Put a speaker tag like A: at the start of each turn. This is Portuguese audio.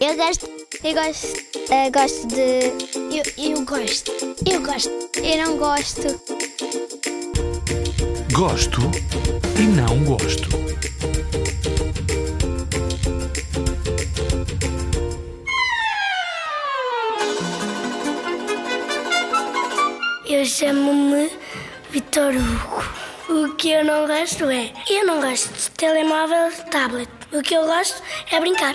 A: Eu gosto. Eu gosto. eh, gosto de. Eu, eu gosto. Eu gosto. Eu não gosto.
B: Gosto e não gosto.
C: Eu chamo-me Vitor Hugo. O que eu não gosto é. Eu não gosto de telemóvel, tablet. O que eu gosto é brincar.